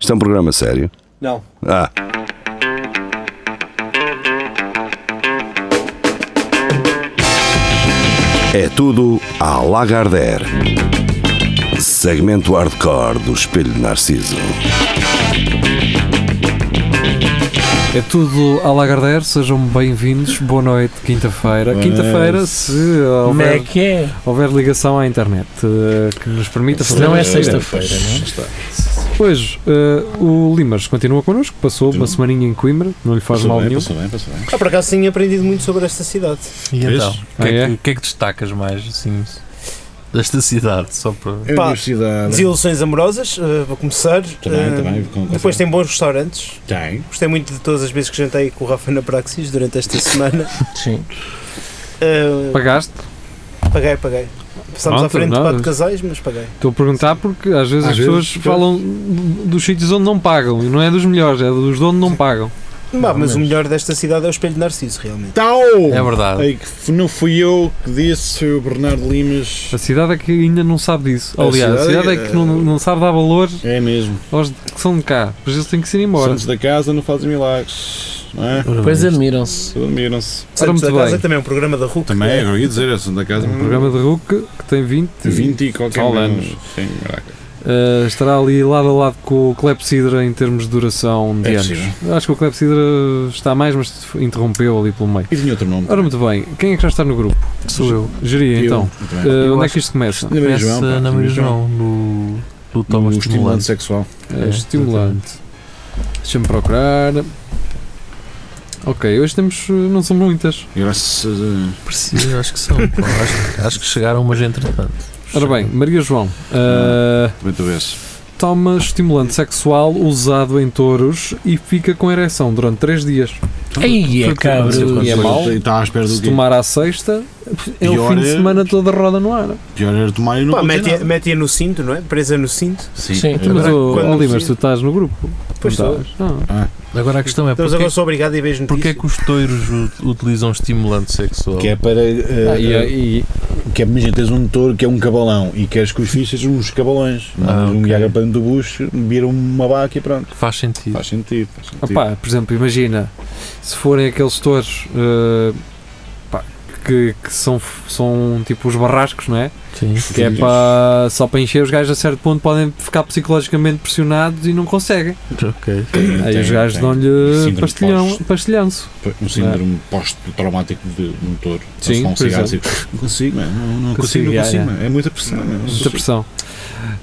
Isto é um programa sério. Não. Ah, é tudo à Lagardère. Segmento hardcore do Espelho de Narciso. É tudo à Lagardère, sejam bem-vindos, boa noite, quinta-feira. Quinta-feira, se Como é houver, que é? houver ligação à internet eh, que nos permita Se fazer. não é esta ideia. sexta-feira, não Hoje, eh, o Limas continua connosco, passou uma semaninha em Coimbra, não lhe faz mal nenhum. Passou bem, passou bem. Ah, por acaso tenho aprendido muito sobre esta cidade. é? E Vês? então? O que, Ah, é é? que, o que é que destacas mais, assim, desta cidade? Só para... É Pá, universidade. Desilusões amorosas, eh, vou começar. Também, Eh, também. com- com- Depois tem bons restaurantes. Tem. Gostei muito de todas as vezes que jantei com o Rafa na Praxis durante esta semana. Sim. Eh, Pagaste? paguei, paguei. Passámos Pronto, à frente de não, quatro mas- casais, mas paguei. Estou a perguntar porque às vezes Às as vezes, pessoas pois. falam dos sítios onde não pagam, e não é dos melhores, é dos onde não pagam. Bah, mas o melhor desta cidade é o Espelho de Narciso, realmente. Tau! É verdade. Ei, que f- não fui eu que disse, foi o Bernardo Limas. A cidade é que ainda não sabe disso. A Aliás, a cidade cidade é é- que não, não sabe dar valor É mesmo. aos que são de cá, por isso tem que se ir Os embora. Santos da casa não fazem milagres. Não é? Depois admiram-se. Admiram-se. Santos da muito Casa bem. também é um programa da RUC. Também, não é? eu ia dizer, é Santos da casa. Um programa de Hulk que tem 20, 20 e qualquer Tal menos. anos. Sim, caraca. eh, estará ali lado a lado com o Clepsidra em termos de duração de É anos. possível. Acho que o Clepsidra está mais, mas interrompeu ali pelo meio. E tinha outro nome. Ora, muito bem, quem é que já está no grupo? Sou eu. Geria, Eu, então. muito bem. Eh, Eu onde é acho que isto começa? Na Maria João, Começa pá, na Maria João, no, no Eh, Thomas Um estimulante Estimulante. sexual. É, É, estimulante. Deixa-me procurar. Ok, hoje temos. eh, não são muitas. Graças a... Preciso, acho que são. pá. acho, acho que chegaram umas entretanto. Ora bem, Maria João. eh, Também tu vês. toma estimulante sexual usado em touros e fica com ereção durante 3 dias. Ei, é cabro. E é mau? Está tá à espera do Se quê? tomar à sexta, é o Pior fim de é- semana toda roda no ar. Pior era tomar e não Pá, acontecer mete-a nada. mete-a no cinto, não é? Presa no cinto. Sim. é Mas Mas, verdade. oh, quando oh, Limas, precisa. tu estás no grupo. Pois não estou. estás? Ah. Não. Agora a questão é, Estamos porquê, Então, agora só obrigado e vejo porquê notícias. que os toiros u- utilizam estimulante sexual? Que é para. eh, Ah, e- e- que é, imagina, tens um touro que é um cabalão e queres que os filhos sejam uns cabalões. Não Ah, tens um ok. Viagra para dentro do bucho, vira uma vaca e pronto. Faz sentido. Faz sentido. Faz sentido. Opá, por exemplo, imagina se forem aqueles touros eh, pá, que, que são, são tipo os barrascos, não é? Sim. Que é para, só para encher os gajos a certo ponto, podem ficar psicologicamente pressionados e não conseguem. Ok. Tem- Aí tem- os gajos tem dão-lhe síndrome pastilhão, pastilhanço. pós- Um síndrome pós-traumático de um touro. Sim, Não por consigo, mano, não, não consigo, Consigo, não consigo. é, mano, É muita pressão. mano, Muita sou- pressão.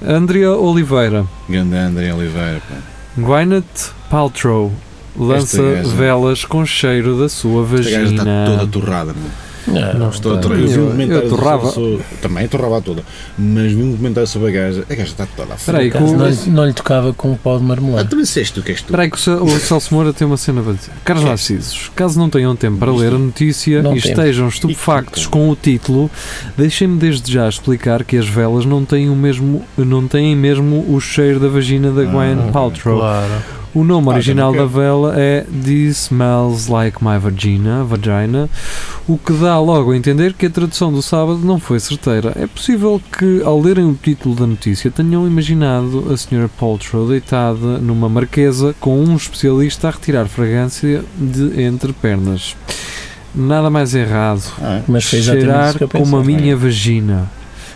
Andrea Oliveira, Ganda André Oliveira. Pá. Gwyneth Paltrow lança Esta gaja. velas com cheiro da sua Esta gaja vagina. está toda torrada. Mano. Não, Não Estou está. a torrar. Eu vi Eu- um comentário eu sobre- torrava. sobre- também torrava toda. Mas vi um comentário sobre a gaja. A gaja está toda a Espera aí, Por acaso, com- não, lhe- não lhe tocava com um pau de Ah, marmelada. também disseste tu que és tu. Espera aí que o Cel- o Celso Moura tem uma cena para dizer. Caros Narcisos, caso não tenham tempo para ler a notícia Não e estejam estupefactos com o título, deixem-me desde já explicar que as velas não têm, o mesmo, não têm mesmo o cheiro da vagina da Gwen ok. Paltrow. Claro. O nome Ah, original da também vela é This Smells Like My Vagina, vagina, o que dá logo a entender que a tradução do sábado não foi certeira. É possível que, ao lerem o título da notícia, tenham imaginado a Sra. Paltrow deitada numa marquesa com um especialista a retirar fragrância de entre pernas. Nada mais errado. Ah, é? Mas foi exatamente cheirar isso que eu como a pensei. minha vagina.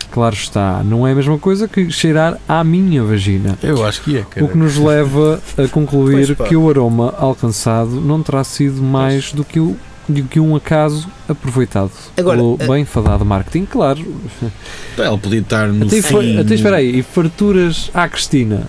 Claro está, não é a mesma coisa que cheirar à minha vagina. Eu acho que é, O que nos leva a concluir Pois pá. que o aroma alcançado não terá sido mais do que, o- do que um acaso aproveitado. Agora, pelo eh, bem fadado marketing, claro. Então, Ela podia estar no Até, foi- fim. até espera aí, e farturas à Cristina.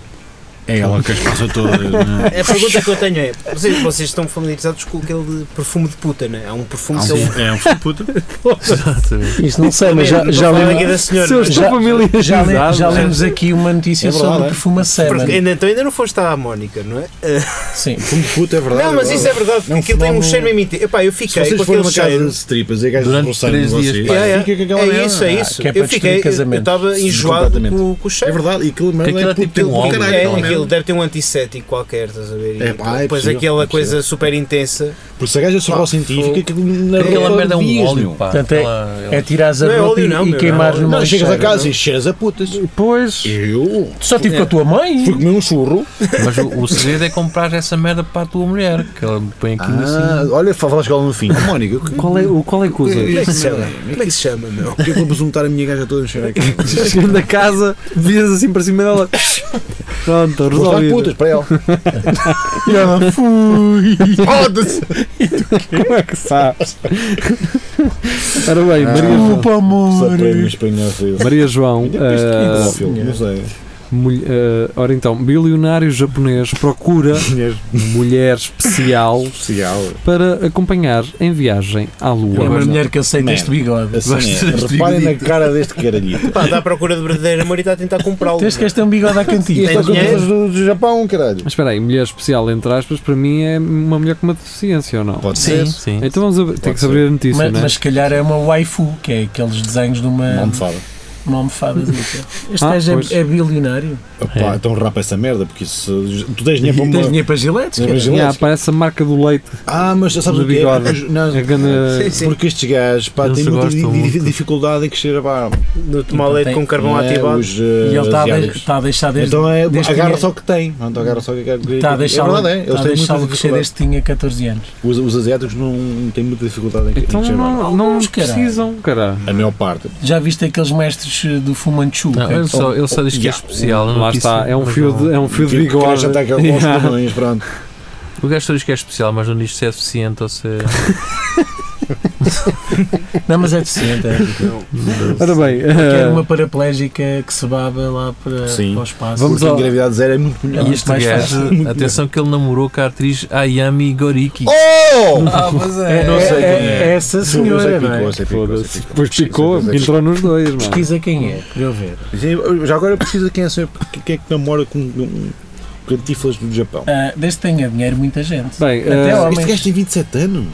É ela que as passa todas. não é? A pergunta que eu tenho é: vocês, vocês estão familiarizados com aquele perfume de puta, não é? Há um perfume que é um. É um filho de puta. Exatamente. Isso não sei, mas já, Não já falo lembro. aqui da senhora, Se eu mas- estou é familiarizado. Já, le- já lemos aqui uma notícia É verdade, sobre o é? perfume a Porque cera. ainda, então ainda não foste à Mónica, não é? Sim. Filho de puta, é verdade. não, mas isso é verdade, Não, porque aquilo tem um não- cheiro mesmo inteiro. Epá, eu Se fiquei vocês com forem aquele uma casa cheiro. de strippers e gajos Durante roçarem três com vocês, dias, pá, pá. É, é. fica com aquela É merda. isso, é Ah, isso. que é para eu fiquei, destruir eu casamentos. estava enjoado Completamente. com, com o É cheiro. verdade, e aquilo Porque merda aquilo é é tipo potente um do óleo, caralho. É, não aquela aquilo ele deve ter um antisséptico qualquer, estás a ver? E É pá, é depois possível, aquela é coisa super intensa. Porque se a gaja souber o científico, Ah, aquilo na Aquela roupa merda é um dias, óleo, meu. pá. Portanto, Aquela- É tirares a Não é roupa óleo, e- não, e meu, queimares não é numa Não, chegas a lixeira. casa e cheiras a putas. Pois, Eu Tu só tive com a tua mãe? fui comer um churro. Mas o, o segredo é comprar essa merda para a tua mulher. Que ela põe aquilo Ah, olha, falas com ela no fim. Oh, Mónica, o que qual é, o, qual é que usas? Como é que se chama? Como é que se chama, meu? Porquê que eu vou juntar a minha gaja toda no cheiro aqui? Chegando a casa, vias assim para cima dela. Pronto, Vou dar resolvido. putas para ela. E ela, fui. Foda-se! Como é que sabes? Ora bem, Maria, João- Desculpa, amor. espanhol foi Maria João. é ah, Não sei. mulher- ah, ora então, bilionário japonês procura mulher especial Especial. para acompanhar em viagem à É uma Lua. mulher que aceita Man, este bigode. Assim Gosto é. deste Reparem na bigodito. cara deste caralhito. Pá, está à procura de verdadeiro marido está a tentar comprá-lo. Tens que meu. este é um bigode à E cantiga. estas Tem dinheiro? coisas do, do Japão, caralho. Mas espera aí, mulher especial, entre aspas, para mim é uma mulher com uma deficiência ou não? Pode assim. Sim, ser. sim. Então vamos abrir, tem que se abrir a notícia, Mas, não é? mas se calhar é uma waifu, que é aqueles desenhos de uma, Não me fala. uma almofada. Este Ah, gajo é- pois. é, bilionário. Opá, Então rapa essa merda, porque isso. Tu tens E dinheiro para É. tens uma. dinheiro para giletes? Tens cara? dinheiro Yeah, para parece a marca do leite. Ah, mas sabes Do o que bigode. É A grande- Sim, sim. Porque estes gajos pá, Eles têm muita di- gostam di- muito. dificuldade em crescer a barba. No tomar leite com carvão Não é? ativado. Os, E ele eh, está a, de- asiáticos. está a deixar desde. Então é, desde que agarra tinha- só o que tem. Pronto, agarra só o que quer. Está a deixá-lo é verdade, é. está Eles a têm muita deixá-lo crescer dificuldade. desde que tinha 14 anos. Os, os asiáticos não não têm muita dificuldade em cre- em Então crescer a barba. não, não Alguns, caralho. precisam, cara. A maior parte. Já viste aqueles mestres eh, do Fu Manchu? Não, que é- ele, só, ele só diz que Yeah. é especial. não Lá disse- está, é um mas fio não- de, é um fio de Tipo, Que- que o gajo bigode. Ataca aos Yeah. tubarões, pronto. O gajo só diz que é especial, mas não diz se é deficiente ou se é. Não, mas é deficiente. É. Ora bem, Que era eh, uma paraplégica que se baba lá para, Sim. para o espaço. Vamos Porque ao- a gravidade zero é muito melhor. E Este mais fácil. gajo, atenção que ele namorou com a atriz Ayami Goriki. Oh! Ah, mas É, não sei é, quem é. é essa Eu sei senhora, que não é? picou, sei que picou, sei foda-se. que picou. Depois picou, Sei que picou. entrou nos dois, mano. Pesquisa quem é, para eu ver. Sim, Já agora precisa quem é, senhor- quem é que namora com um cantiflas do Japão. É, Ah, desde que tenha dinheiro, muita gente. Bem, Até eh, lá. Este mas- gajo tem 27 anos.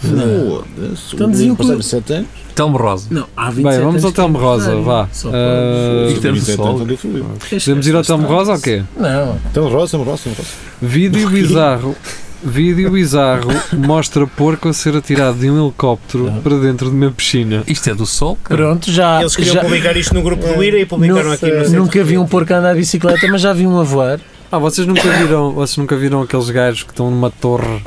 Foda-se. Então O diziam passado que- 27 anos. Ah, Telmo Rosa. Não, há 27 bem, vamos anos ao que Telmo tem Rosa, dinheiro. vá. Só Eh, Se tem 27 sol. anos, alguém fui. Podemos ir ao Telmo Rosa ou quê? Não, Então, roça, roça, roça. Vídeo bizarro. Vídeo bizarro mostra porco a ser atirado de um helicóptero para dentro de uma piscina. Isto é do Sol, cara. pronto, já. Eles queriam Ah, já publicar isto no grupo do Ira e publicaram nu- aqui no centro. Nunca vi um porco a andar de bicicleta, mas já vi um a voar. Ah, vocês nunca viram, vocês nunca viram aqueles gajos que estão numa torre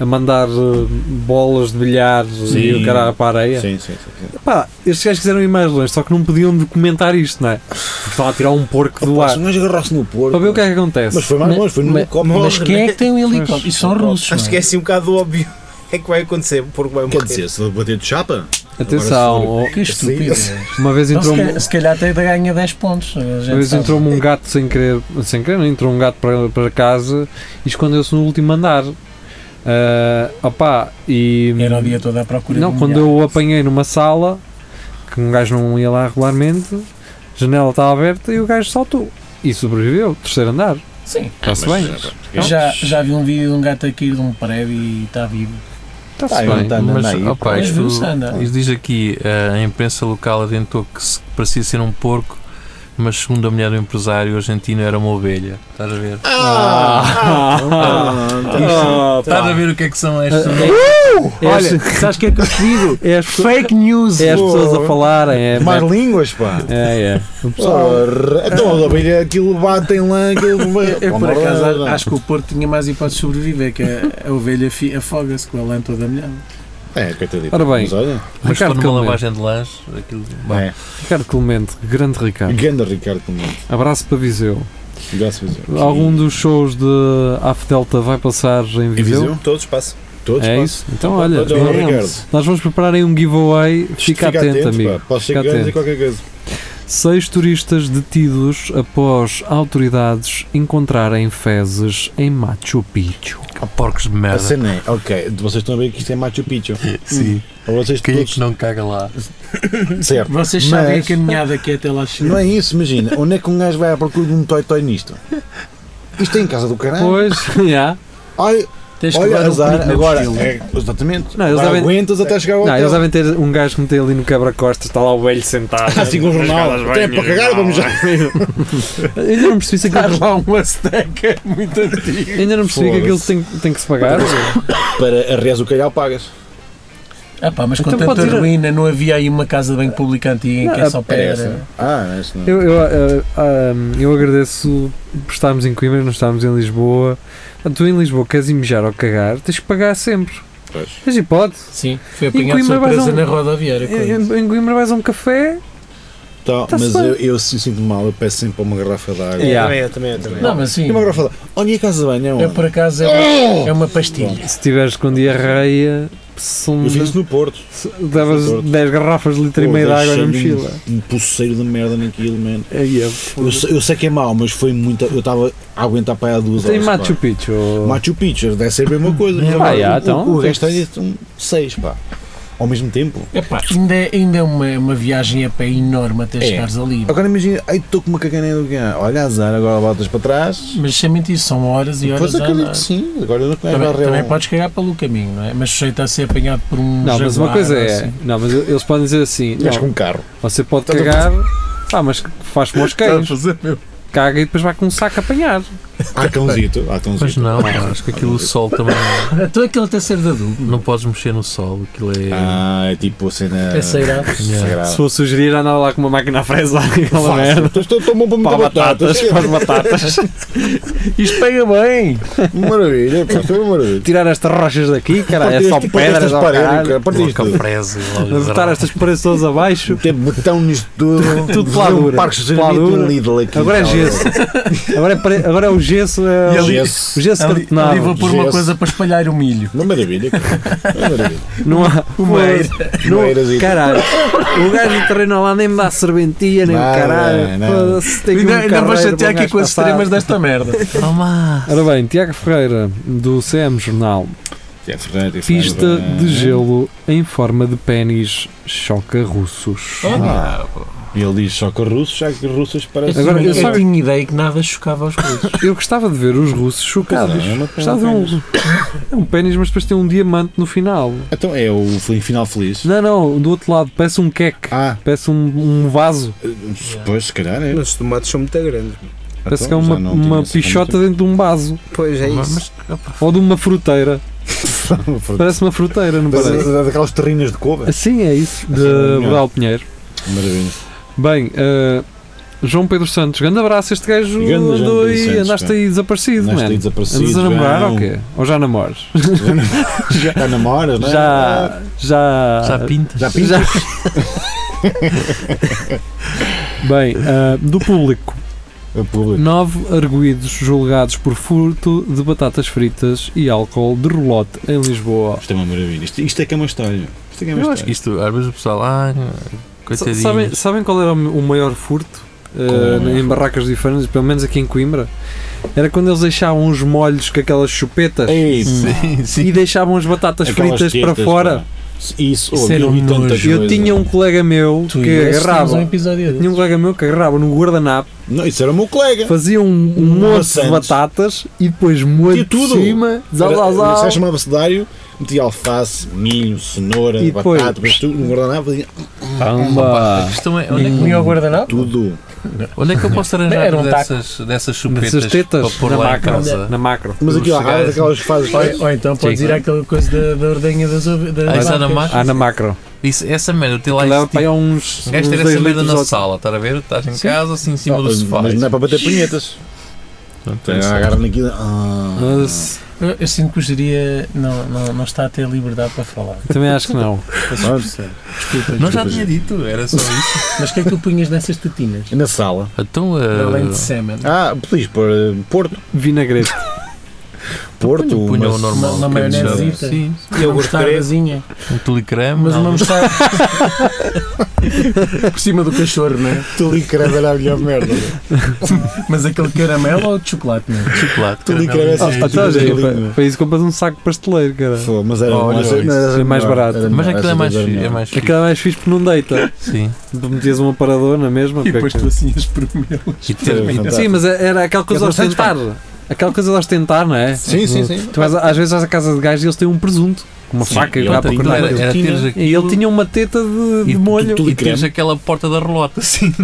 a mandar eh, bolas de bilhar e Sim. o cara para a areia? Sim, sim, sim. sim. Pá, estes gajos quiseram ir mais longe, só que não podiam documentar isto, não é? Porque estão a tirar um porco do Pá, ar. Se um gajo agarrasse no porco. Para ver o que é que acontece. Ah, Mas foi mais longe, foi no mas, helicóptero. mas quem é que tem um helicóptero? Isso são russos. Acho não que é é? assim um bocado óbvio. É que vai acontecer, porque vai um morrer. Quer dizer, se ele bater de chapa, Atenção, oh, Que estúpido. uma vez um Então, se, entrou-me calhar, se calhar até ganha 10 pontos. a gente uma vez sabe. entrou um gato sem querer, sem querer, não, entrou um gato para, para casa e escondeu-se no último andar. Ah, opá, e Era o dia todo à procura não, de um quando milhar. eu o apanhei numa sala, que um gajo não ia lá regularmente, a janela estava aberta e o gajo saltou. E sobreviveu, terceiro andar. Sim. Está-se mas- bem. Não? Já, já vi um vídeo de um gato a cair de um prédio e está vivo. Está-se Tá, Ah, eu bem. não tenho- Mas, Anda aí, opa, pá. Mas isto, viu-se andar. isto diz aqui, eh, a imprensa local adiantou que se- parecia ser um porco, mas segundo a mulher do empresário argentino era uma ovelha. Estás a ver? tá. Ah. Ah, Estás a ver o que é que são estas? é, as- Olha, sabes o que é que eu te digo? é as, Fake news! é as pessoas a falarem. É, mais línguas, pá. é, é. O Ah. pessoal- É. Porra, Então, a abelha, aquilo batem lá, aquilo. Eu, por Pelo amor acaso, de Deus. acho, acho que o porco tinha mais hipótese de sobreviver, que é a, a ovelha fi- afoga-se com a lã toda molhada. É, coitadito. Ora bem. Mas olha. Mas foi Ricardo numa Clemente. lavagem de lãs, aquilo. Bom, É. Ricardo Clemente, grande Ricardo. Ganda Ricardo Clemente. Abraço para Viseu. Graças a Deus. Algum dos shows de AF Delta vai passar em E Viseu? Viseu? Todos passam. Todos? É pá. isso? Então, olha, Todos, nós- Ricardo. nós vamos preparar aí um giveaway. Fica, atento, amigo. pá. Posso ser Fica que ganhe atento. qualquer coisa. Seis turistas detidos após autoridades encontrarem fezes em Machu Picchu. Porcos de A merda. cena é, ok, vocês estão a ver que isto é Machu Picchu. Sim. Ou vocês Quem é todos. que não caga lá? Certo. Vocês sabem Mas- a caminhada que é até lá chegar. Não é isso, imagina. Onde é que um gajo Ah. vai à procura de um toy-toy nisto? Isto é em casa do caralho. Pois, já. Ai, Tens que Olha, levar o penico azar, na agora. mochila. é, exatamente. Não, eles Agora devem- aguentas até chegar ao Não, hotel. eles devem ter um gajo que meteu ali no quebra-costas, está lá o velho sentado. Assim com o jornal. Até para cagar, vamos já. Eu ainda não percebi se aquilo, Estás lá uma steca muito antiga. ainda não percebi que aquilo tem, tem que se pagar. Para arreas o calhau, pagas. Ah pá, mas com Então tanta pode ir a- ruína não havia aí uma casa de banho pública antiga em que é Não, só É pedra. essa. Ah, não é essa não. Eu, eu, ah, ah, eu agradeço por estarmos em Coimbra, não estarmos em Lisboa. Ah, Tu em Lisboa queres ir mijar ou cagar, tens que pagar sempre. Pois. Mas hipótese. Sim, Em foi apanhado de Coimbra vais a surpresa um- na rodoviária. quase. Em em Coimbra vais a um café, Tá, Tá-se mas bem. eu, eu se sinto mal, eu peço sempre uma garrafa de água. É, Yeah. também, eu também, eu também. Não, mas sim. E uma garrafa de água. Olha, e a casa de banho é um. Eu onde? por acaso é Oh! uma, é uma pastilha. se tiveres com diarreia, se um- Eu fiz isso no Porto. se davas é no Porto. 10 garrafas de litro e meio de água na mochila. Um, um pulseiro de merda naquilo, mano. Aí é, Eu, sei- eu sei que é mau, mas foi muito. Eu estava a aguentar para aí há duas Tem horas. Machu pá. Picchu. Machu Picchu, deve ser a mesma coisa. Ah, Agora, já, o, então. o, o resto é de um seis, pá. Ao mesmo tempo. Epá, ainda é, ainda é uma, uma viagem a pé enorme até chegares ali. Agora imagina, ai, estou com uma caganeira do ganho. Olha, azar, agora voltas para trás. Mas somente isso, são horas e horas Pois a acredito é? andar. que sim. Agora eu não conheço Também, a também real. podes cagar pelo caminho, não é? Mas sujeito a ser apanhado por um Não, mas uma jaguar, coisa é. assim. Não, mas eles podem dizer assim: Mas não, com um carro. você pode Tanto cagar, ah, mas faz como aos Está Então, Tá a cães. fazer mesmo. Caga e depois vai com um saco a apanhar. Há cãozito. Há Mas cãozito. não, pá, acho que aquilo o sol também. Então aquele até ser de adubo. Não podes mexer no sol, aquilo é. Ah, é tipo a cena. É sagrado. Ah. Se fosse sugerir, andava lá com uma máquina a fresar e aquela merda. Fácil. Estou estou bom para Para meter batatas. batatas, para as batatas. Isto pega bem! Maravilha, pá, foi uma maravilha. Tirar estas rochas daqui, cara, Tipo, é só Partiste- partiste pedras estas ao paredes, caralho. cara, partiste Logo a tudo. fresa e logo Levantar a- estas paredes todas abaixo. Ter botão nisto tudo. Tudo lá um dura, parque de tudo lá estacionamento e um dura. Lidl aqui. Agora é tal. gesso. Agora é, pare- agora é o gesso. E É o, ali- o gesso Ali, cartonado. ali vou pôr uma gesso. coisa para espalhar o milho. Uma maravilha, cara. Uma maravilha. Não há. Uma não- eira. não- Uma eirazinha. Caralho. O gajo do terreno lá nem me dá serventia, nem o Nada, caralho. não. Foda-se, tem que um Ainda, ainda vou carreiro para chatear o aqui gajo com as passar. extremas desta merda. Oh, má. Ora bem, Tiago Ferreira, do CM Jornal. É verdade, é Pista verdade. de gelo em forma de pênis choca russos. Ah, ele diz só que russos, já que russos parecem. Agora, Agora, eu eu só- tinha ideia que nada chocava aos russos. Eu gostava de ver os russos chocados. Pois é, é uma Gostava de ver um, é um pênis, mas depois tem um diamante no final. Então é o fli- final feliz. Não, não, do outro lado, parece um queque. Ah, Parece um, um vaso. pois, se calhar é. Mas os tomates são muito grandes. Parece Então, que é uma, já não uma tinha esse pichota dentro de um vaso. Pois é isso. Mas, opa, Ou de uma fruteira. conceito. Fruta. Parece uma fruteira, não Das- parece? das- é Daquelas terrinas de couve. Assim é isso, de Melhor. Bordal Pinheiro. Maravilha. Bem, eh, João Pedro Santos, grande abraço. Este gajo Grande João andou Pedro aí, Santos, andaste pá. aí desaparecido, Nasce mano. aí desaparecido. Andas a namorar já ou não- quê? Ou já namoras? Já, já namoras, não é? Já. Já. já pintas. Já pintas? Já. Bem, ah, do público, A público. nove arguídos julgados por furto de batatas fritas e álcool de relote em Lisboa. Isto é uma maravilha. Isto, isto é que é uma história. Isto é que é uma Eu acho que história. isto, às vezes o pessoal, ah, Sa- coitadinho. Sabem, sabem qual era o maior furto ah, Qual era o maior em furto? barracas diferentes, pelo menos aqui em Coimbra? Era quando eles deixavam uns molhos com aquelas chupetas Ei, Sim, sim. e deixavam as batatas é fritas para fora. Isso, Isso oh, era eu um vi tanta nojo. coisa. Eu tinha um colega meu Tu que e eu assistimos a um agarrava. episódio Tinha um colega meu que agarrava no guardanapo, Não, isso era o meu colega. fazia um, um Uma monte de Santos. batatas e depois molho Tinha por tudo. cima, zau, zau, Era- zau. Se chamava-se Dário, metia alface, milho, cenoura, E depois? batata, mas tudo, no guardanapo, fazia Opa, a Pamba! questão é, onde é, Comia ao guardanapo? tudo. que- onde é que eu posso arranjar Era um taco. dessas, dessas chupetas Nessas tetas, para pôr na lá em macro. casa? Na macro. Mas aqui, ó, Os gajos- há daquelas que fazes. Ou, ou então podes Sim. ir àquela coisa da, da ordenha das ovelhas. Ah, isso era mais- Ah, na macro. Isso, essa merda, eu tenho lá Leva esse para aí tipo, uns. uns Esta era é um dois essa merda litros na ao- sala, estás a ver? Estás em Sim. casa, assim, em cima Ah, do sofá. Mas não é para bater punhetas. Portanto, é Então, só- Agarra naquilo. Ah, Mas, Eu, eu sinto que o geria não, não, não está a ter liberdade para falar. também acho que não. pronto. Desculpa. Não já tinha dito, era só isso. Mas o que é que tu punhas nessas tetinas? Na sala. Então, Além de uh, sêmen. Ah, podias pôr eh, Porto. Então Vinagrete. Porto. punha o mas- normal. uma que é maionesita. deixado. Sim, E eu gostaria. Uma mostardazinha. um telecreme. Mas não. uma mostarda. Por cima do cachorro, não é? Tulicreve era a melhor merda. Mas aquele caramelo ou de chocolate, não é? chocolate. Tudo caramelo, que era isso. essas- Ah, tá a ver, Sim. para- Para isso compras um saco de pasteleiro, cara. Pô, Mas era Olha, mas era- isso. mas era É mais melhor, barato. era Mas aquilo melhor, é essas mais era fi- é melhor. mais É que chique. era mais fixe porque não deita. Sim. Metias um aparador na mesma. E porque é depois que- tu assim as espremê-las. E Era ter- fantástico. Sim, mas era aquele que É usava bastante sentar. Aquela coisa de ostentar, não é? Sim, sim, sim. Tu vais, às vezes vais à casa de gajos e eles têm um presunto, com uma Sim, faca e e Eu vai para outra tenho- cortar cortar. era, aquilo. era teres Tinha- E aquilo ele tinha uma teta de, de E molho. tudo e teres creme. aquela porta da relota assim.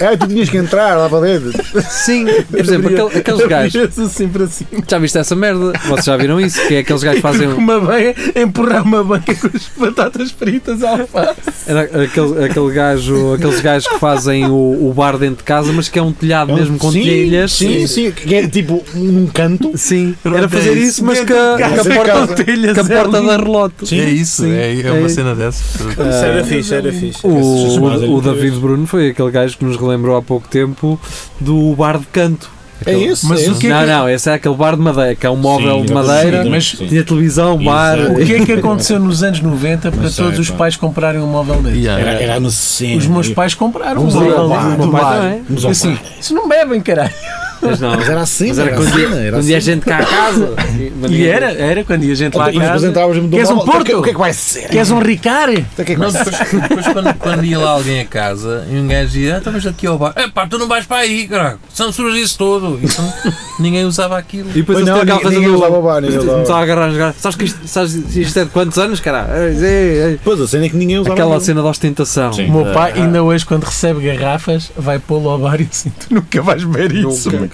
Ah, tu tinhas que entrar lá para dentro. Sim, por exemplo, aquele- aqueles gajos. assim para cima. Já viste essa merda? Vocês já viram isso? Que é aqueles gajos que fazem. Com uma banha, empurrar uma banca com as batatas fritas à alface. Era aquele, aquele gajo, aqueles gajos que fazem o, o bar dentro de casa, mas que é um telhado mesmo com Então, sim, telhas. Sim, sim. Que é tipo num canto. Sim, era fazer isso, mas que, a- Dentro de que a casa. porta, que a porta da relote. é isso, sim. é, é uma É. cena dessas. Isso era fixe, era fixe. O, Esses o, o chamados David Bruno foi aquele gajo que nos relembrou há pouco tempo do bar de canto. É Aquele- isso. Mas é o isso. que é não, não, esse é aquele bar de madeira, que é um móvel Sim, de sim, madeira, sim, mas- sim. tinha televisão, bar. Exato. O que é que aconteceu nos anos 90 para Não sei, todos os pá. pais comprarem um móvel desse? Yeah. Era, era no cinema. Os meus pais compraram um Vamos ao móvel bar, desse do do pai bar. também. Vamos ao Assim, bar. isso não bebem, caralho. Mas não, Mas era assim, mas era era quando assim, ia, era quando ia assim. gente cá a casa. mas E ninguém- era, era quando ia gente lá Lá à casa. Então, apresentavas-me do Queres um mal. Porto? O que- O que é que vai ser? Queres um Ricard? O que é que Não, vai ser? depois, depois quando, quando ia lá alguém a casa e um gajo ia, ah, estamos aqui ao bar. Epá, tu não vais para aí, caralho. São sujas isso todo. Então, ninguém usava aquilo. E depois Pois eles não, têm aquela ninguém- coisa ninguém usava do. o bar, ninguém usava o Começava bar. a agarrar nos gajos. Sabes que isto, sabes isto é de quantos anos, cara? Ei, ei, ei. Pois, a cena é que ninguém usava. É. Aquela aquilo. cena da ostentação. Sim. O meu pai, ainda hoje, quando recebe garrafas, vai pô-lo ao bar e assim, tu nunca vais ver isso. Nunca.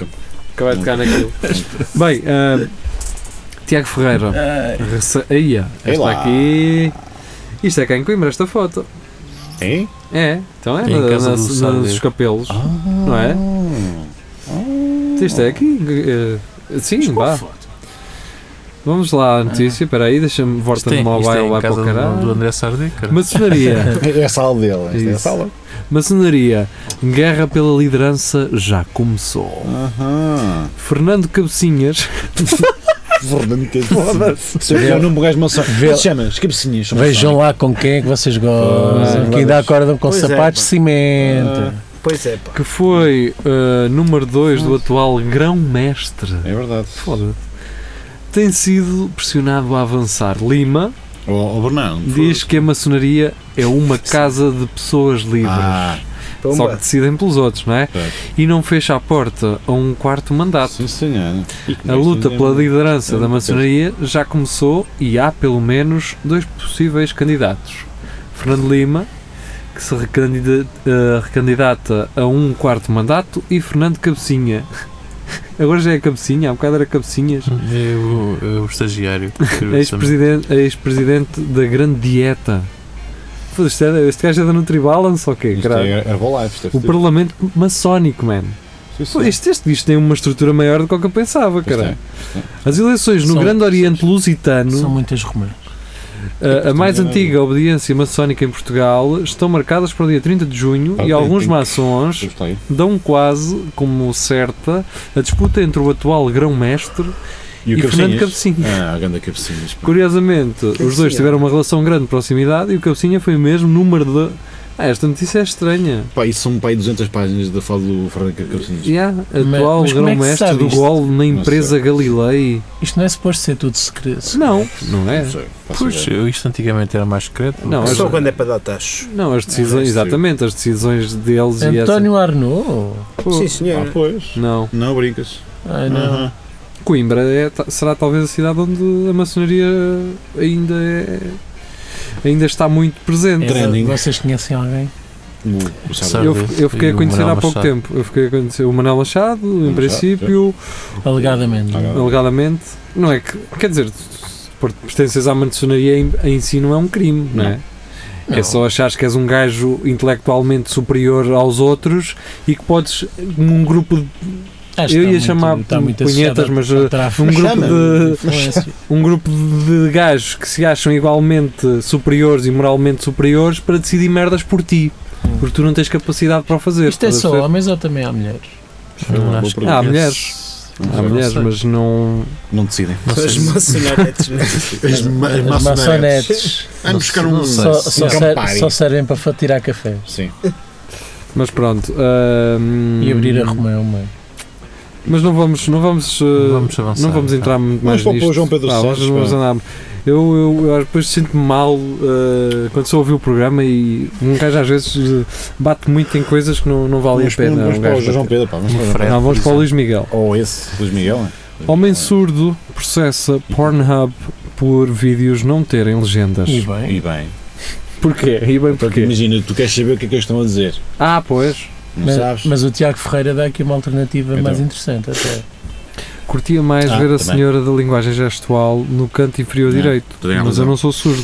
Acabei de tocar naquilo. Bem, ah, Tiago Ferreira. Ai, Rece... Eia, Ei esta lá. aqui. Isto é cá em Coimbra, esta foto. É? É, então é, Em na, casa na- do Ah. nos Sálvio. capelos. Não é? Ah. Isto é aqui. eh, sim, vá. Vamos lá à notícia, espera aí, deixa-me volta Ah. é- no mobile em lá para o casa do, do caralho. André Sardê, cara. Maçonaria. É a sala dele. Esta é a Isso. sala. Maçonaria. Guerra pela liderança já começou. Aham. Fernando Cabecinhas. Fernando Cabecinha. É o nome do gajo maçã. Vê- Se chama, as cabecinhas. são Vejam lá com quem é que vocês gozam. Ah, que ainda acordam com Pois é, sapatos de pá. cimento. Pois é, pá. Que foi eh, número 2 do atual grão-mestre. É verdade. Foda-se. Tem sido pressionado a avançar. Lima O, o Bernardo. diz que a maçonaria é uma casa de pessoas livres. Ah, só que Pumba. decidem pelos outros, não é? Certo. E não fecha a porta a um quarto mandato. sim, senhor. A luta pela liderança é da muito maçonaria já começou e há pelo menos dois possíveis candidatos. Fernando Lima, que se recandida- eh, recandidata a um quarto mandato, e Fernando Cabecinha. Agora já é Cabecinha, há bocado era Cabecinhas. É o, é o estagiário. É Ex-presidente ex-presidente da Grande Dieta. Foda-se, Este, é- este gajo é da Nutribalance ou quê? Isto caralho? é Herbalife. O Parlamento Maçónico, man. Pô, Este, este isto tem uma estrutura maior do que eu pensava, é, caralho. As eleições no São- Grande Oriente São Lusitano, muitas romãs. a, a mais Isto é- antiga obediência maçónica em Portugal, estão marcadas para o dia 30 de junho Ah, e tem- alguns tem que- maçons dão quase como certa a disputa entre o atual grão-mestre E e, o Fernando Cabecinhas? Cabecinha. Ah, a grande cabecinhas. pá. Curiosamente, é os dois Cabecinha. tiveram uma relação de grande proximidade e o Cabecinha foi mesmo número de. Ah, esta notícia é estranha. Pá, isso são pá, aí 200 páginas da fala do Fernando Cabecinhas. Yeah, Mas- atual mas como é que grão-mestre sabe do isto? gol na empresa Galilei. Isto não é suposto ser tudo secreto. Não, não é? Não sei, faço Pois, ideia. eu- isto antigamente era mais secreto. Não, Só mas- quando é para dar tacho. Não, as decisões, É, exatamente, as decisões deles António Arnaud? e essa. Pô, Sim, Ah, senhor. pois. Não. Não brincas. Ai, não. Aham. Coimbra é ta- será talvez a cidade onde a maçonaria ainda é. Ainda está muito presente. Entra- Trending. Vocês conhecem alguém? O- o sábado. Sabe- Eu, eu fiquei E a o conhecer Manuel há pouco Machado. tempo. Eu fiquei a conhecer o Manel Machado, em Machado, princípio, Alegadamente. Ah, alegadamente. Não é que. Quer dizer, se per- pertences à maçonaria em, em si não é um crime, não, é? É Não. só achares que és um gajo intelectualmente superior aos outros e que podes, num grupo de Acho Eu que ia Ah, está chamar muito- está muito punhetas, associado mas, ao uh, tráfico. é um grupo Chama. de, Influência. um grupo de gajos que se acham igualmente superiores e moralmente superiores para decidir merdas por ti. Hum. Porque tu não tens capacidade para o fazer. Isto é estás a só perceber? homens ou também há mulheres? Não, Não, boa acho que pergunta. Ah, esse- mulheres. Não Há sei, mulheres, não sei. mas não. Não decidem. As maçonetes, né? As, ma as As maçonetes. maçonetes Vamos buscar um. Não sei. só, só, um ser- Campari. só servem para fa- tirar café Sim. Mas pronto. hum, e abrir a Romeu, mãe. Mas não vamos. Não vamos, uh, Vamos tá. avançar. não vamos entrar muito Vamos mais para o nisto. João Pedro Ah, Santos. vamos- vamos pá. andar- Eu, eu, eu às- depois sinto-me mal eh, quando só ouvi o programa e um gajo às vezes eh, bate muito em coisas que não, não valem a Vamos pena. vamos um para o gajo João bater. Pedro, pá. Vamos para o João não, Pedro. vamos para o Luís Miguel. Ou esse, Luís Miguel. é? Homem surdo processa Pornhub por vídeos não terem legendas. E bem. E bem. Porquê? E bem Portanto, porquê? imagina, tu queres saber o que é que eles estão a dizer. Ah, pois. Não Mas, sabes? mas o Tiago Ferreira dá aqui uma alternativa Então. mais interessante até. Curtia mais Ah, ver a também. É, senhora da linguagem gestual no canto inferior Não, direito. tu tens Mas razão. eu não sou surdo,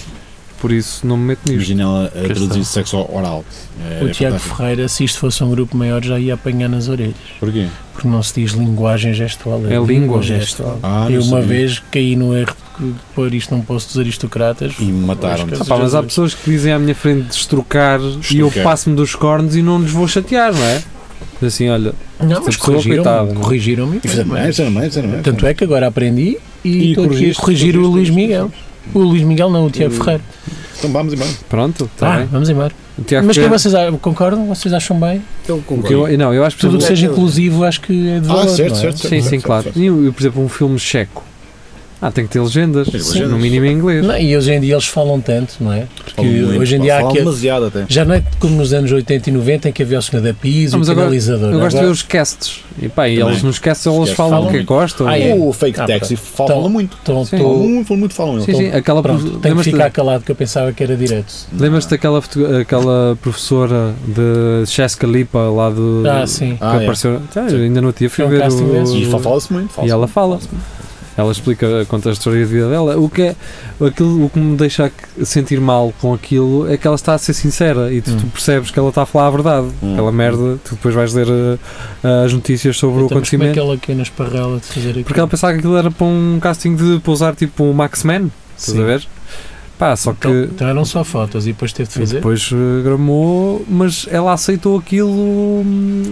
por isso não me meto nisto. Imagina ela a está. traduzir sexo oral. É, o é Tiago fantástico. Ferreira, se isto fosse um grupo maior, já ia apanhar nas orelhas. Porquê? Porque não se diz linguagem gestual, é, É língua gestual. Ah, não eu uma sabia. vez caí no erro de pôr isto num posto dos aristocratas. E mataram-te. Ah, pá, mas há pessoas que dizem à minha frente destrocar e eu Destrucar. passo-me dos cornos e não lhes vou chatear, não é? Assim, olha, Não, mas Esta pessoa, coitada, corrigiram-me. não é? Corrigiram-me. Isso é demais, isso é demais, isso é demais. Tanto é que agora aprendi e E estou aqui a corrigiste, corrigir o corrigiste, Luís corrigiste. Miguel. O Luís Miguel, não o Tiago Hum. Ferreira. Então vamos embora. pronto, está Ah, Tá, bem. vamos embora. O Tiago Mas que assim? Ferreira- vocês a- concordam? Vocês acham bem? Eu o que eu- não, eu acho que Tudo o que Sim. seja inclusivo acho que é de valor. Ah, certo, não é? certo, certo. Sim, sim, claro. E, eu, por exemplo, um filme checo. Ah, tem que ter legendas. Tem legendas. No mínimo em inglês. Não, e hoje em dia eles falam tanto, não é? Porque Falam muito, hoje em pá, dia há falam aquele- demasiado até. Já não é como nos anos 80 e 90 em que havia o senhor da PIS, Não, o mas agora- canalizador. Eu gosto de ver Agora- os casts. E pá, e Também. eles nos casts eles Esquece, falam o falam que muito. gostam. Ah, e- é? O fake Ah, taxi Então- fala muito. Então, Sim. Falam tô- muito, falam muito, falam. Sim, Então, sim, aquela Pronto, tenho que lembras-te- ficar calado que eu pensava que era direto. Lembras-te daquela, foto- aquela professora de Chesca Lipa lá do. Ah, sim. Que Ah, é. apareceu. Tá, eu ainda não tinha fui Foi um ver casting desses. o. E fa- fala-se muito. e fala-se ela muito. fala. Ela explica, conta a história de vida dela. O que, é, aquilo, o que me deixa que- sentir mal com aquilo é que ela está a ser sincera e tu, Hum. tu percebes que ela está a falar a verdade. Hum. Aquela merda, tu depois vais ler uh, as notícias sobre o Então, mas como é acontecimento. que ela aqui na esparrela de fazer aquilo? Porque ela pensava que aquilo era para um casting de pousar tipo um Max Man, estás Sim. a ver? Pá, só que. Então, então eram só fotos e depois teve de E fazer. depois eh, gramou, mas ela aceitou aquilo. hum,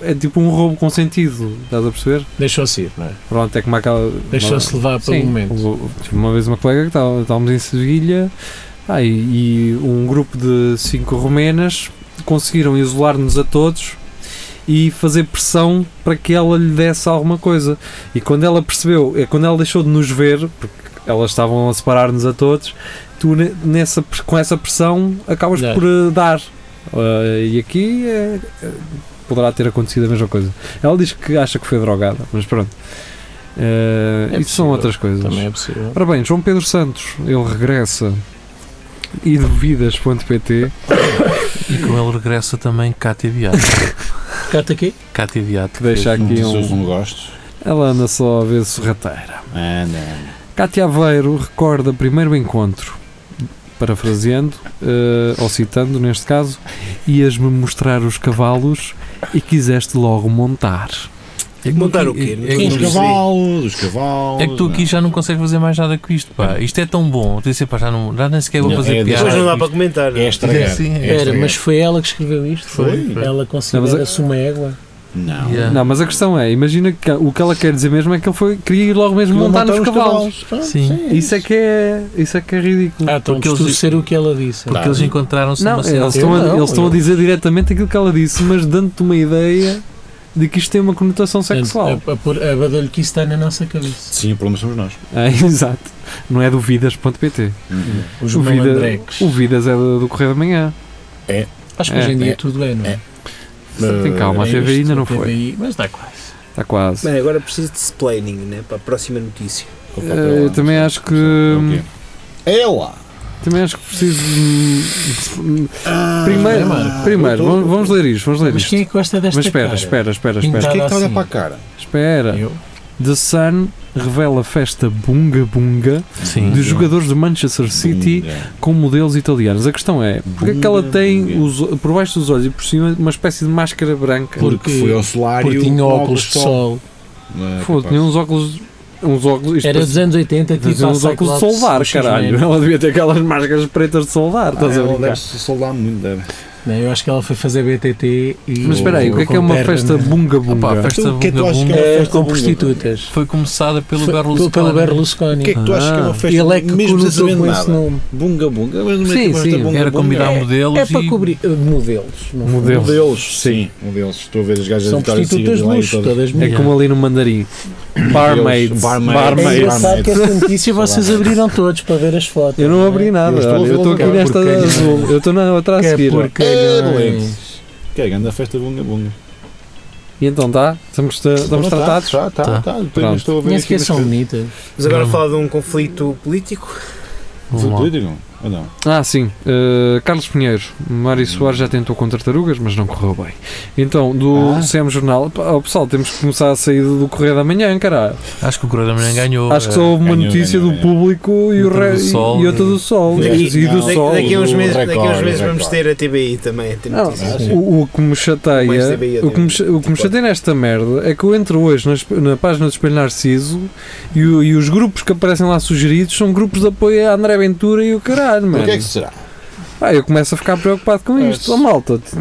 É tipo um roubo consentido, estás a perceber? Deixou-se ir, não é? Pronto, é como aquela. Deixou-se levar pelo Sim, momento. o- Tive uma vez uma colega que estava- estávamos em Sevilha pá, e, e um grupo de cinco romenas conseguiram isolar-nos a todos e fazer pressão para que ela lhe desse alguma coisa. E quando ela percebeu, é quando ela deixou de nos ver, porque elas estavam a separar-nos a todos, tu ne- nessa, pres- com essa pressão acabas Dar. por eh, dar. Ah, e aqui eh, eh, poderá ter acontecido a mesma coisa. Ela diz que acha que foi drogada, mas pronto. Eh, É isso são possível, outras coisas. Também é possível. Ora bem, João Pedro Santos, ele regressa e duvidas.pt E Tá, com ele regressa também Cátia Beato. Cata aqui. Cátia Beato. que deixa Não aqui disse hoje um. não gosto. Ela anda só a ver sorrateira. Ah, não. Cátia Aveiro recorda primeiro encontro, parafraseando, eh, ou citando neste caso, ias-me mostrar os cavalos e quiseste logo montar. É que Montar tu- o quê? é- Não é que Dos tu- percebi. cavalos, dos cavalos. É que tu aqui já não consegues fazer mais nada com isto, pá. Isto é tão bom. Tu disse, pá, já, não, já nem sequer vou Não, fazer é piada. Depois não dá com para isto. comentar. É estragar. Sim, sim, é estragar. Espera, mas foi ela que escreveu isto? Foi. Ela Não, é- considera-se uma égua. Não. Yeah. Não, mas a questão é, imagina que o que ela quer dizer mesmo é que ele foi, queria ir logo mesmo Vou montar, nos os cavalos. Ah, Sim. Isso é que é, isso é que é ridículo. Ah, então Porque eles- tu ser o que ela disse. Porque Tá. eles encontraram-se assim, Não, é. numa cena. eles, estão a, Eu não, eles estão a eu- dizer diretamente aquilo que ela disse, mas dando-te uma ideia de que isto tem uma conotação sexual. A, a, pôr- a badalho que isso está na nossa cabeça. Sim, o problema somos nós. É, exato. Não é duvidas.pt. Os O, Vida- malandreques. o Vidas é do, do Correio da Manhã. Acho que hoje em É. dia É. tudo é, não é? Tem calma, a é TV ainda não Isto, a foi. TVI, mas dá quase. Está quase. Bem, agora preciso de splaining, né? Para a próxima notícia. Eh, eu também hum, Tá acho que. É lá. Também acho que preciso. hum, é, Primeiro, mano. primeiro vamos, vamos ler isto. Vamos ler Mas isto. quem é que gosta desta Mas espera, cara? espera, espera, Mas espera. o que é que está a olhar Assim. para a cara? Espera. Eu? The Sun revela festa bunga bunga Sim. de jogadores de Manchester Hum, City é. com modelos italianos. A questão é, porque é que ela tem os, por baixo dos olhos e por cima uma espécie de máscara branca? Por- Porque foi ao solário. Porque com tinha óculos de sol. É, Foda, capaz. tinha uns óculos. Uns óculos. isto Era parece- dos anos 80, parece tipo a uns um óculos de Cyclops, soldar, os caralho. X-Men. Ela devia ter aquelas máscaras pretas de soldar, Ah, estás a ela brincar? deve-se soldar muito, deve. Não, eu acho que ela foi fazer BTT e. Mas espera aí, o que é que é uma Conterra, festa né? bunga-bunga? Opa, festa Então, o que é que tu bunga achas que é bunga uma Eh, festa com bunga? prostitutas. foi começada pelo Foi- Berlusconi. Pelo O Berlusconi. que é que tu achas que é Ah. uma festa Ele é que mesmo não cruzou sabendo com esse nada? nome. Bunga bunga. mas não é Sim, uma sim, festa bunga, Era combinar bunga. modelos É para e cobrir eh, modelos. não- Modelos. Modelos, sim. Modelos. Estou a ver as gajas São a estar assim, prostitutas de lá e luxo, tá todas. todas É mulheres. como ali no mandarim. Barmaids. Barmaids. É Barmaids. engraçado que essa notícia vocês abriram todos para ver as fotos. Eu não abri Eu nada. estou a olha, Eu estou vê-los aqui agora, nesta porque- é azul. Eu estou na outra a Que é seguir. ó. Caralho. Que é grande a festa bunga bunga. E então dá? Estamos, estamos Tá, tratados? Tá, tá, Tá. tá. Depois Pronto. Estou a ver Nem aqui sequer nas são coisas. bonitas. Mas agora Não. falar de um conflito político. Vamos lá. Político? Ou não? Ah, sim. Uh, Carlos Pinheiro. Mário Soares já tentou com tartarugas, mas não correu bem. Então, do Ah. CM Jornal. Pá, ó, pessoal, temos que começar a sair do Correio da Manhã, caralho. Acho que o Correio da Manhã ganhou. eh, Acho que só houve uma ganhou, notícia ganhou, do ganhou. público e, o Outra re... do Sol, e outra do Sol. Sim. E, e do Não, Sol. daqui a uns do meses, daqui a uns recorde, meses vamos recorde. ter a TBI também. A ter Não, Ah, notícias. o, o que me Mais chateia, TBI, o que me, cha- o que me tipo- chateia nesta merda é que eu entro hoje na, esp- na página do Espelho Narciso e, o- e os grupos que aparecem lá sugeridos são grupos de apoio a André Ventura e o caralho, O mano. que é que será? Ah, eu começo a ficar preocupado com É, isto. Oh, malta, t-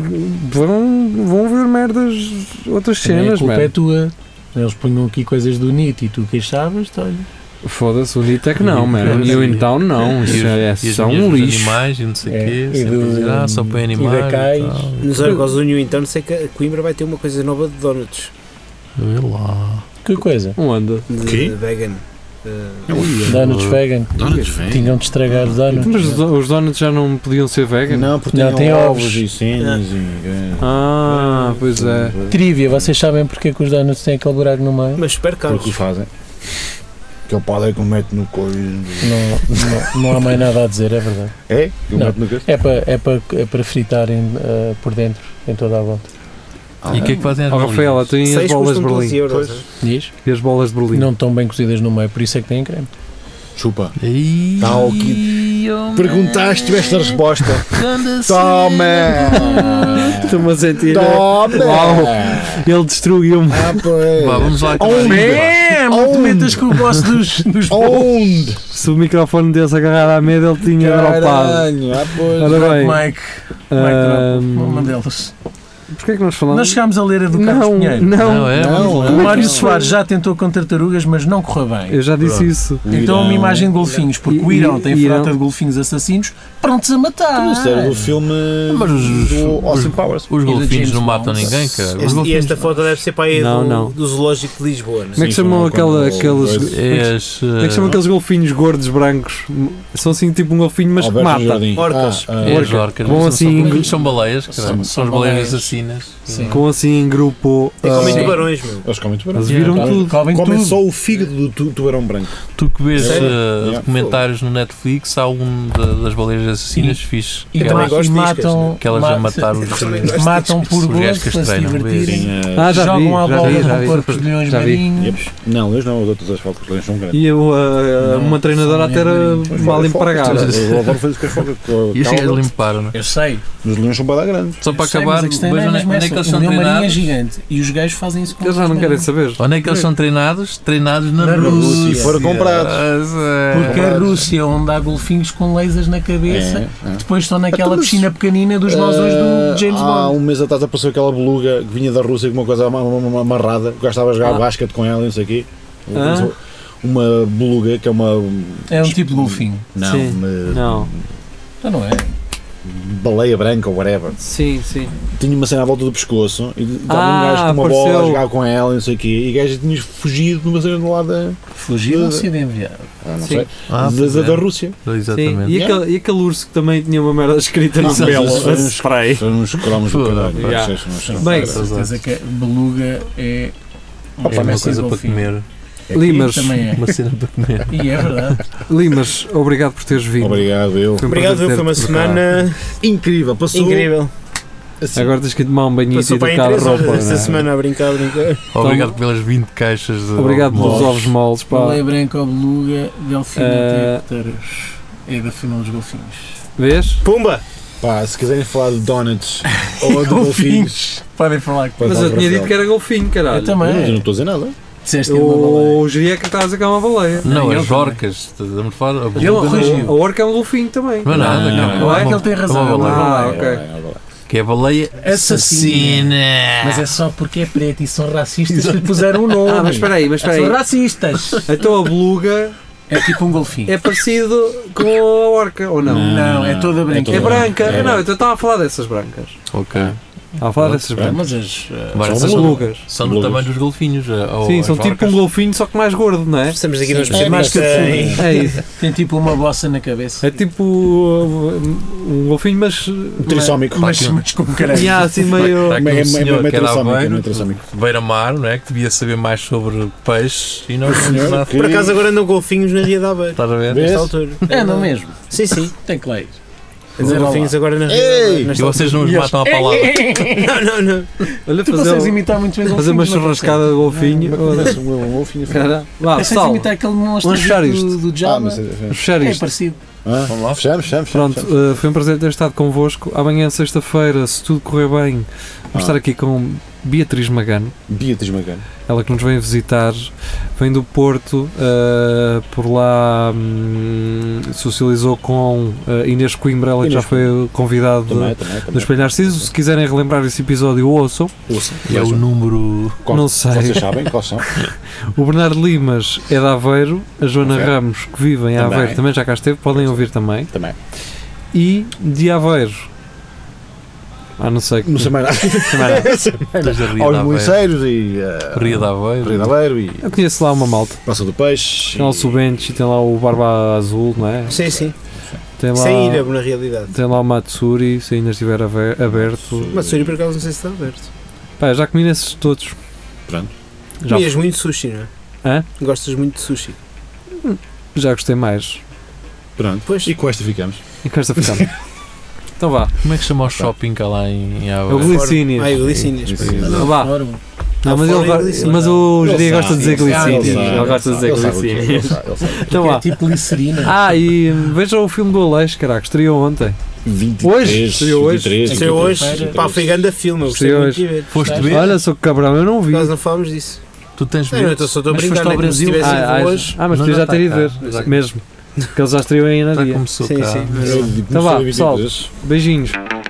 vão, vão ver merdas, outras Também a cenas, culpa é mano. tua. Eles punham aqui coisas do NIT e tu queixavas-te, olha. Foda-se, o Nitec não, E- mano. e- E o então não, E os- isso é, é e as só mulheres um dos lixo. animais e não sei o É, quê. e sempre do- dizer, ah, só põe e da animais. Cais. tal. Nos Argos da União, então, sei que a Coimbra vai ter uma coisa nova de donuts. Vê lá. Que coisa? Onde? De Quê? vegan. Eh, é Donuts vegan. Donuts vêm? Tinham de estragar os donuts. Mas os do- os donuts já não podiam ser vegan? Não, porque Não, tem tem ovos ovos. e cenas e. é. Ah, pois é. Trivia, vocês sabem porque é que os donuts têm aquele buraco no meio? mas super caros. Porque o fazem. Que é o padre que o mete no coio. Não, não, não há mais nada a dizer, é verdade. É? Que o Não. mete no coio. É para é pa, é para fritarem ah, por dentro, em toda a volta. E o que é que fazem as Ó Rafaela, bolinhas? Oh, tem as Seis bolas de custam Berlim. 12 euros. eh. Pois. Diz? E as bolas de Berlim. Não estão bem cozidas no meio, por isso é que têm creme. Chupa. Ih, Tá, o que- oh, Perguntaste, tiveste a resposta. grande tá, Toma! Estou-me a sentir. Uau. Toma! Ele destruiu-me. Ah, é. pois. Vá, vamos lá. então. que Onde? vai. não te metas metas com o boss dos, dos Onde? Se o microfone desse agarrado à mesa, ele tinha dropado. Caralho, ah, pois. Ora bem, Mike. ahm, uma delas. porquê é que nós falamos? Nós chegámos a ler a do Carlos não, Pinheiro. não, Não, é, vamos Não, lá. é. O Mário não. Soares já tentou com tartarugas, mas não correu bem. eu já disse isso. é Então uma imagem de golfinhos, porque o E- Irão tem Irão. frota de golfinhos assassinos prontos a matar. Mas é era do filme. Mas os- do Austin os- Powers. Os E do golfinhos James não Bond. matam ninguém, cara. Os Este- e golfinhos. esta foto deve ser para aí Não, do, não. do Zoológico de Lisboa. Não Como é é? que Sim, chamam foram aquela- quando- aqueles- És, Como é que chamam aqueles golfinhos gordos, brancos? São assim tipo um golfinho, mas que Alberto mata. Jardim. Orcas. Ah, ah, és Orca. orcas, Vão É. mas não assim- são, golfinhos, são baleias, cara. São- São, são as baleias baleias. assassinas. Sim. Com assim em grupo. ah, E comem Sim. É tubarões, meu. Eles comem tubarão. Tá. Eles viram Comem- tudo. Comem Comem tudo. só o fígado do tu- tubarão branco. Tu que vês Sério? eh, Yeah. documentários no Netflix, há um da- das baleias assassinas fixe. E, que também ma- elas- gosto e de iscas, matam. que elas já mataram os também gosto os Matam gajos por gosto que para as se treinam, divertirem. vês? Ah, Ah, já jogam vi, a já bola vi, já com vi. porcos leões Já vi. marinhos. yep. Não, eles não, os outros as focas leões são grandes. E eu, a- a- uma Não, treinadora são até era lindos. mal empragada. eh, Eu adoro fazer isso com as focas. com a E estes cauda. gajos limparam, né? Eu sei. Os leões são bada grandes. Só para eu sei, acabar, mas a questão é vejo onde mesmo onde é essa. que eles O são leão marinho é treinados. gigante e os gajos fazem isso com Eles já não os querem leões. saber. Onde é que eles são treinados? Treinados na, Na Rússia. E foram comprados. é. é. Porque é a Rússia, onde há golfinhos com lasers na É, cabeça, depois estão naquela Então, mas- piscina pequenina dos nozões do Ah, James Há Bond. um mês atrás apareceu aquela beluga que vinha da Rússia com uma coisa ama- ama- ama- amarrada, que o gajo estava a jogar Ah. basquete com ela e não sei o quê. Ah. Uma beluga que é uma. É um tipo de golfinho. Não, Sim. uma Não. Então não é? baleia branca ou whatever. Sim, sim. Tinha uma cena à volta do pescoço e estava Ah, um gajo com uma apareceu. bola a jogar com ela e não sei o quê. E o gajo tinha fugido numa cena do lado da. Fugir Tudo. não se enviar. ah, não Sim. sei, Ah, da- pois da, é. da Rússia. Sim. Exatamente. E, aquele, e aquele urso que também tinha uma merda escrita no Ah, mas cabelo. isso é uns- Spray. São uns cromos do Foda, caralho. yeah. vocês não são. Bem, Com certeza que a beluga é É um uma espécie de coisa para golfinho. comer. Limas, Também é. Uma cena para comer. E é verdade. Limas, obrigado por teres vindo. Obrigado, eu. Foi um Obrigado, prazer foi uma ter-te por cá. semana Incrível, passou. incrível. assim. Agora tens que ir tomar um banhito Passou e para aí trocar a 3 horas roupa. esta não é? semana a brincar, a brincar. Obrigado pelas 20 caixas de Obrigado pelos ovos. ovos moles. Pá. Baleia é branca ou beluga, delfina Eh, tem tartarugas. É da família dos golfinhos. Vês? Pumba! Pá, se quiserem falar de donuts ou de golfinhos. Podem falar que Mas eu tinha dito que era golfinho, caralho. Então, Eu Não, mas eu não também. estou a dizer nada. Disseste é que era uma baleia. Eu diria é que estavas a cá uma baleia. Não, Não, eu as também. orcas. Estamos a falar. a Eu beluga A corrigiu. orca é um golfinho também. Não é nada, Não, cara. Não é que ele tem É uma razão. é uma baleia. Ah, baleia. ok. É, é, é, é. que é a baleia Assassina. Mas é só porque é preto e são racistas que lhe puseram o nome. Ah, mas espera aí, mas espera São aí. racistas. Então a beluga É tipo um golfinho. é parecido com a orca, ou não? Não, é toda branca. É toda branca. branca. É Não, então estava a falar dessas brancas. Ok. Há a falar dessas brancas. Mas as. eh, Mas são É. essas- boas. Belugas. São do Blues. tamanho dos golfinhos. Ou Sim, as são tipo orcas. um golfinho, só que mais gordo, não é? Estamos aqui nos É mais especialistas em... É isso. Tem tipo uma bossa na cabeça. É tipo uh, um golfinho, mas. Um trissómico. Mas, mas com caralho. E há assim meio. Está aqui É- é- é- um senhor é que era trissómico, é alveiro, trissómico. de beira-mar, não é? Que devia saber mais sobre peixes e não senhor nada. que- Por acaso agora andam golfinhos na Ria da Aveiro. Estás a ver? Vês? Nesta altura. É, não mesmo. Sim, sim. Tem claias. Andam golfinhos agora na Ria da Ei! Aveiro. E nesta vocês não os matam É, à palavra. Tu altura. Não, não, não. Olha, consegues fazer, um- imitar muito bem um fazer uma golfinhos, não consegues? churrascada de golfinho. Parece um um golfinho. Cara, lá, Consegues pessoal, imitar aquele Vamos fechar monstro isto. do, do Ah, Java. mas. é- vamos fechar é isto. parecido. Ah, Vamos lá. Fechamos, fechamos. Pronto, fechamos. uh, foi um prazer ter estado convosco. Amanhã, sexta-feira, se tudo correr bem, vamos Ah. estar aqui com Beatriz Magano, Beatriz Magano. ela que nos vem visitar, vem do Porto, uh, por lá hum, socializou com uh, Inês Coimbra, ela que já Inês foi convidado Também, do também, do também. Espelho Narciso. Se quiserem relembrar esse episódio, ouçam. Ouçam. É o número. Qual- Não sei. Vocês sabem quais são? O Bernardo Limas é de Aveiro, a Joana Ok. Ramos, que vive em Também. Aveiro, também já cá esteve, podem ouvir também. Também. E de Aveiro. Ah, não sei. Não sei mais nada. Desde a Ria da Aos Aveiro. Moiceiros e. eh, Ria da Aveiro. é- Rio de Aveiro e. Eu conheço lá uma malta. Praça do Peixe. Tem lá o Subentes e tem lá o Barba Azul, não é? Sim, sim. Tem lá, Sem ilhabo, na realidade. Tem lá o Matsuri, se ainda estiver ave- aberto. Mas Suri, por acaso, não sei se está aberto. Pá, já comi nesses todos. Pronto. Já, Comias muito sushi, não é? Hã? Gostas muito de sushi. já gostei mais. Pronto. Pois. E com esta ficamos. E com esta ficamos. então vá. Como é que chama o shopping cá lá em, em É o Aveiro? Glicínias. Ai, glicínias. pois Ah, é. Não, Então vá. Adoro. Não, mas, ele, fora é vai- Glicínias. mas o José Ele gosta de dizer sabe, ele sabe, Glicínias. ele sabe, Ele gosta de dizer ele sabe o que é, ele Glicínias. sabe, ele sabe. Então É vá. tipo glicerina. Ah, e vejam o filme do Aleixo, caraca, estreou ontem. 23, Hoje? Estreou hoje? 23, Isto é hoje, 23. pá, foi grande filme, eu gostei Sim, muito hoje. de ver. Foste ver? Olha, sou cabrão, eu não vi. Nós não falámos disso. Tu tens Não, eu bilhetes? estou só estou a Mas brincar, foste ao não é? Como se Brasil? tivesse Ah, ido ah, hoje. ah, mas Não, tu não tá, já está ter ido cá. ver, Já- mesmo. Que eles já estreou aí na Já dia. começou Sim, cá. sim. Eu- Então vá, eu- pessoal. eu- Beijinhos.